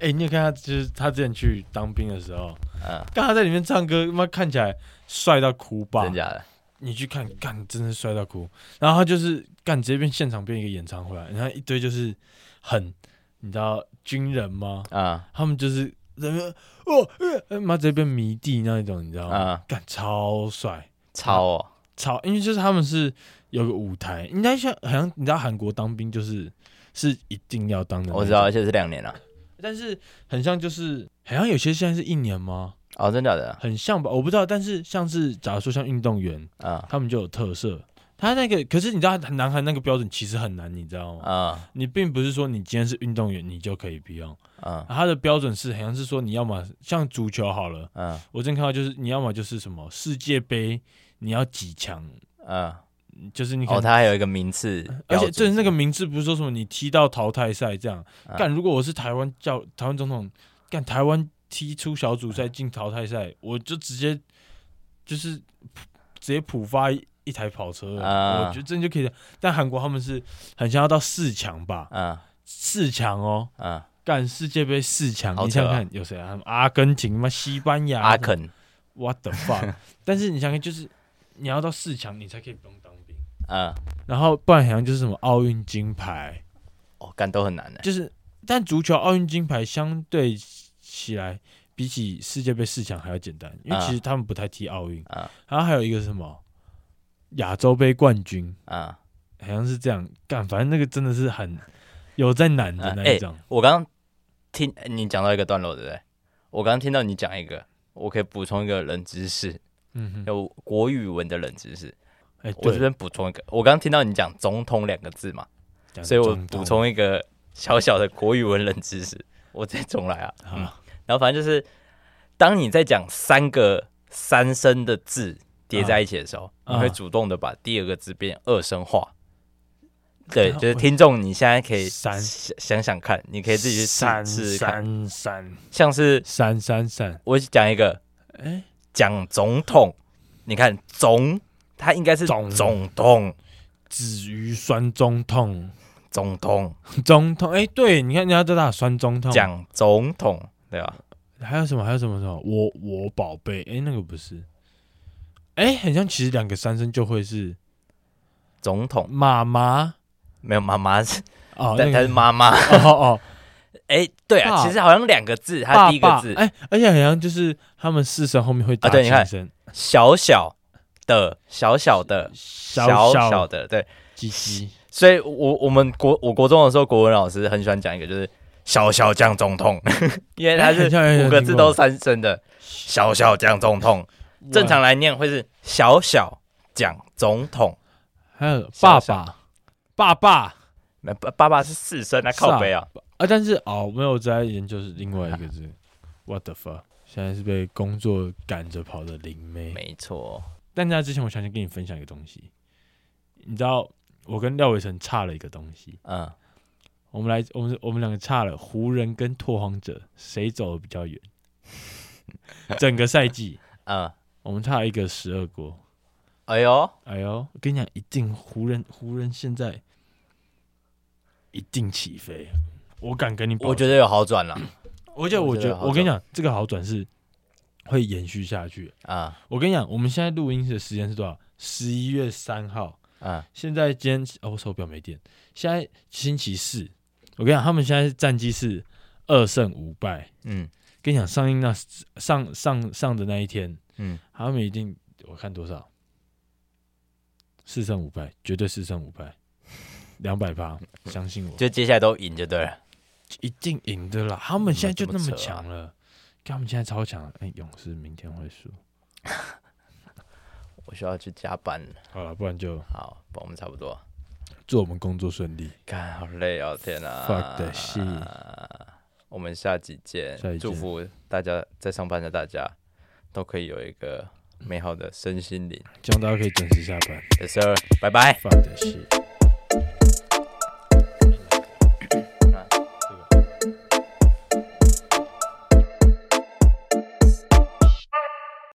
Speaker 1: 哎，你有看他，就是他之前去当兵的时候，
Speaker 2: 嗯，
Speaker 1: 刚他在里面唱歌，他妈看起来帅到哭吧
Speaker 2: 真？假的？
Speaker 1: 你去看，干真的帅到哭。然后他就是干直接变现场变一个演唱会啊，然后一堆就是很，你知道军人吗？
Speaker 2: 啊、
Speaker 1: 他们就是人们哦，呃妈直接变迷弟那一种，你知道吗？
Speaker 2: 啊、
Speaker 1: 干超帅，
Speaker 2: 超、哦，
Speaker 1: 超，因为就是他们是有个舞台，应该像好像你知道韩国当兵就是是一定要当的，
Speaker 2: 我知道，而，且是两年啊了、
Speaker 1: 但是很像就是好像有些现在是一年吗？
Speaker 2: 哦，真假的？
Speaker 1: 很像吧，我不知道，但是像是假如说像运动员，
Speaker 2: 啊
Speaker 1: 他们就有特色。他那个，可是你知道，南韩那个标准其实很难，你知道吗？
Speaker 2: 啊
Speaker 1: 你并不是说你今天是运动员，你就可以不用。
Speaker 2: 啊
Speaker 1: 他的标准是好像是说你要么像足球好了，
Speaker 2: 啊
Speaker 1: 我正看到就是你要么就是什么世界杯，你要几强，
Speaker 2: 啊！
Speaker 1: 就是你可
Speaker 2: 哦，
Speaker 1: 能，
Speaker 2: 它还有一个名次，
Speaker 1: 而且就是那个名字不是说什么你踢到淘汰赛这样
Speaker 2: 啊
Speaker 1: 干。如果我是台湾教台湾总统，干台湾踢出小组赛进淘汰
Speaker 2: 啊
Speaker 1: 赛，我就直接就是直接普发一一台跑车了，
Speaker 2: 啊
Speaker 1: 我觉得这就可以了。但韩国他们是很像要到四强吧，
Speaker 2: 啊
Speaker 1: 四强哦，
Speaker 2: 啊，
Speaker 1: 干世界杯四强，
Speaker 2: 好
Speaker 1: 你
Speaker 2: 扯啊
Speaker 1: 想想看有谁啊？他们阿根廷嘛，西班牙，
Speaker 2: 阿肯
Speaker 1: w h a t the fuck？但是你想想，就是你要到四强，你才可以不用当兵。
Speaker 2: 嗯，
Speaker 1: 然后不然好像就是什么奥运金牌，
Speaker 2: 哦，干都很难呢。
Speaker 1: 就是但足球奥运金牌相对起来，比起世界杯四强还要简单，因为
Speaker 2: 啊
Speaker 1: 其实他们不太踢奥运。
Speaker 2: 啊
Speaker 1: 然后还有一个是什么亚洲杯冠军，
Speaker 2: 啊，
Speaker 1: 好像是这样干，反正那个真的是很有在难的
Speaker 2: 啊
Speaker 1: 那
Speaker 2: 哎
Speaker 1: 一张。
Speaker 2: 我刚刚听哎你讲到一个段落，对不对？我刚刚听到你讲一个，我可以补充一个冷知识，
Speaker 1: 嗯哼，
Speaker 2: 有国语文的冷知识。
Speaker 1: 哎，
Speaker 2: 我这
Speaker 1: 对，
Speaker 2: 边补充一个，我刚刚听到你讲“总统”两个字嘛，
Speaker 1: 讲
Speaker 2: 所以我
Speaker 1: 中
Speaker 2: 补
Speaker 1: 东
Speaker 2: 充一个小小的国语文冷知识，我再重来啊。嗯，
Speaker 1: 啊，
Speaker 2: 然后反正就是，当你在讲三个三声的字叠在一起的时候，
Speaker 1: 啊
Speaker 2: 你会主动的把第二个字变二声化。对，
Speaker 1: 啊
Speaker 2: 就是
Speaker 1: 我
Speaker 2: 听众，你现在可以
Speaker 1: 三
Speaker 2: 想想想看，你可以自己去
Speaker 1: 三
Speaker 2: 试试试看。
Speaker 1: 三三
Speaker 2: 像是
Speaker 1: 三三三，
Speaker 2: 我讲一个
Speaker 1: 哎，
Speaker 2: 讲总统，你看总，它应该是
Speaker 1: 总
Speaker 2: 总统，
Speaker 1: 止于酸中痛，
Speaker 2: 总统
Speaker 1: 中痛，哎，对，你看人家都打酸中痛，
Speaker 2: 讲总统，对吧？
Speaker 1: 还有什么？还有什么什么？我我宝贝，哎，那个不是，哎，很像，其实两个三声就会是
Speaker 2: 总统
Speaker 1: 妈妈
Speaker 2: 没有妈妈是，
Speaker 1: 哦，那
Speaker 2: 但
Speaker 1: 个
Speaker 2: 她是妈妈。
Speaker 1: 哦哦，
Speaker 2: 哎，对啊，
Speaker 1: 爸
Speaker 2: 其实好像两个字，它
Speaker 1: 爸
Speaker 2: 第一个
Speaker 1: 爸
Speaker 2: 字，
Speaker 1: 哎、而且好像就是他们四声后面会打
Speaker 2: 啊对你看
Speaker 1: 轻声，
Speaker 2: 小小的小小的
Speaker 1: 小
Speaker 2: 小
Speaker 1: 小
Speaker 2: 的，对。
Speaker 1: 鸡鸡，
Speaker 2: 所以我我们国我国中的时候，国文老师很喜欢讲一个，就是小小将总统， 因为它
Speaker 1: 哎
Speaker 2: 是
Speaker 1: 很像很像
Speaker 2: 五个字
Speaker 1: 听过
Speaker 2: 都三声的，小小将总统。正常来念会是小小蒋总统，
Speaker 1: 还有爸
Speaker 2: 小小
Speaker 1: 爸，爸爸
Speaker 2: 那爸爸爸是四声啊，
Speaker 1: 是啊
Speaker 2: 靠背啊，
Speaker 1: 啊，但是哦，没有我在研究是另外一个字，what the fuck。现在是被工作赶着跑的灵妹，
Speaker 2: 没错，
Speaker 1: 但在之前我想先跟你分享一个东西，你知道我跟廖伟成差了一个东西，
Speaker 2: 嗯，
Speaker 1: 我们来，我们我们两个差了湖人跟拓荒者谁走的比较 远，整个赛季
Speaker 2: 嗯，
Speaker 1: 我们差了一个十二锅，
Speaker 2: 哎呦，
Speaker 1: 哎呦，我跟你讲，一定湖人湖人现在一定起飞，我敢跟你保
Speaker 2: 我觉得有 好转了，
Speaker 1: 我觉得，
Speaker 2: 我
Speaker 1: 我
Speaker 2: 觉
Speaker 1: 觉
Speaker 2: 得
Speaker 1: 得，
Speaker 2: 好
Speaker 1: 我跟你讲，这个好转是会延续下去。
Speaker 2: 啊，
Speaker 1: 我跟你讲，我们现在录音的时间是多少？十一月三号，
Speaker 2: 嗯，
Speaker 1: 现在今天哦，我手表没电。现在星期四，我跟你讲，他们现在战绩是二胜五败。
Speaker 2: 嗯，
Speaker 1: 跟你讲，上映那上上上的那一天，
Speaker 2: 嗯，
Speaker 1: 他们一定我看多少？四胜五败，绝对四胜五败，两百八，相信我，
Speaker 2: 就接下来都赢就对了，
Speaker 1: 一定赢的啦。他们现在就那么啊强
Speaker 2: 怎
Speaker 1: 了，他们现在超强了。哎、勇士明天会输。
Speaker 2: 我需要去加班了，
Speaker 1: 好了，不然就
Speaker 2: 好，我们差不多。
Speaker 1: 祝我们工作顺利。
Speaker 2: 干好累哦，天啊
Speaker 1: Fuck the shit
Speaker 2: 我们下集见
Speaker 1: 下集见，
Speaker 2: 祝福大家在上班的大家都可以有一个美好的身心灵。
Speaker 1: 希望大家可以准时下班。
Speaker 2: Yes sir，拜拜。
Speaker 1: Fuck that shit。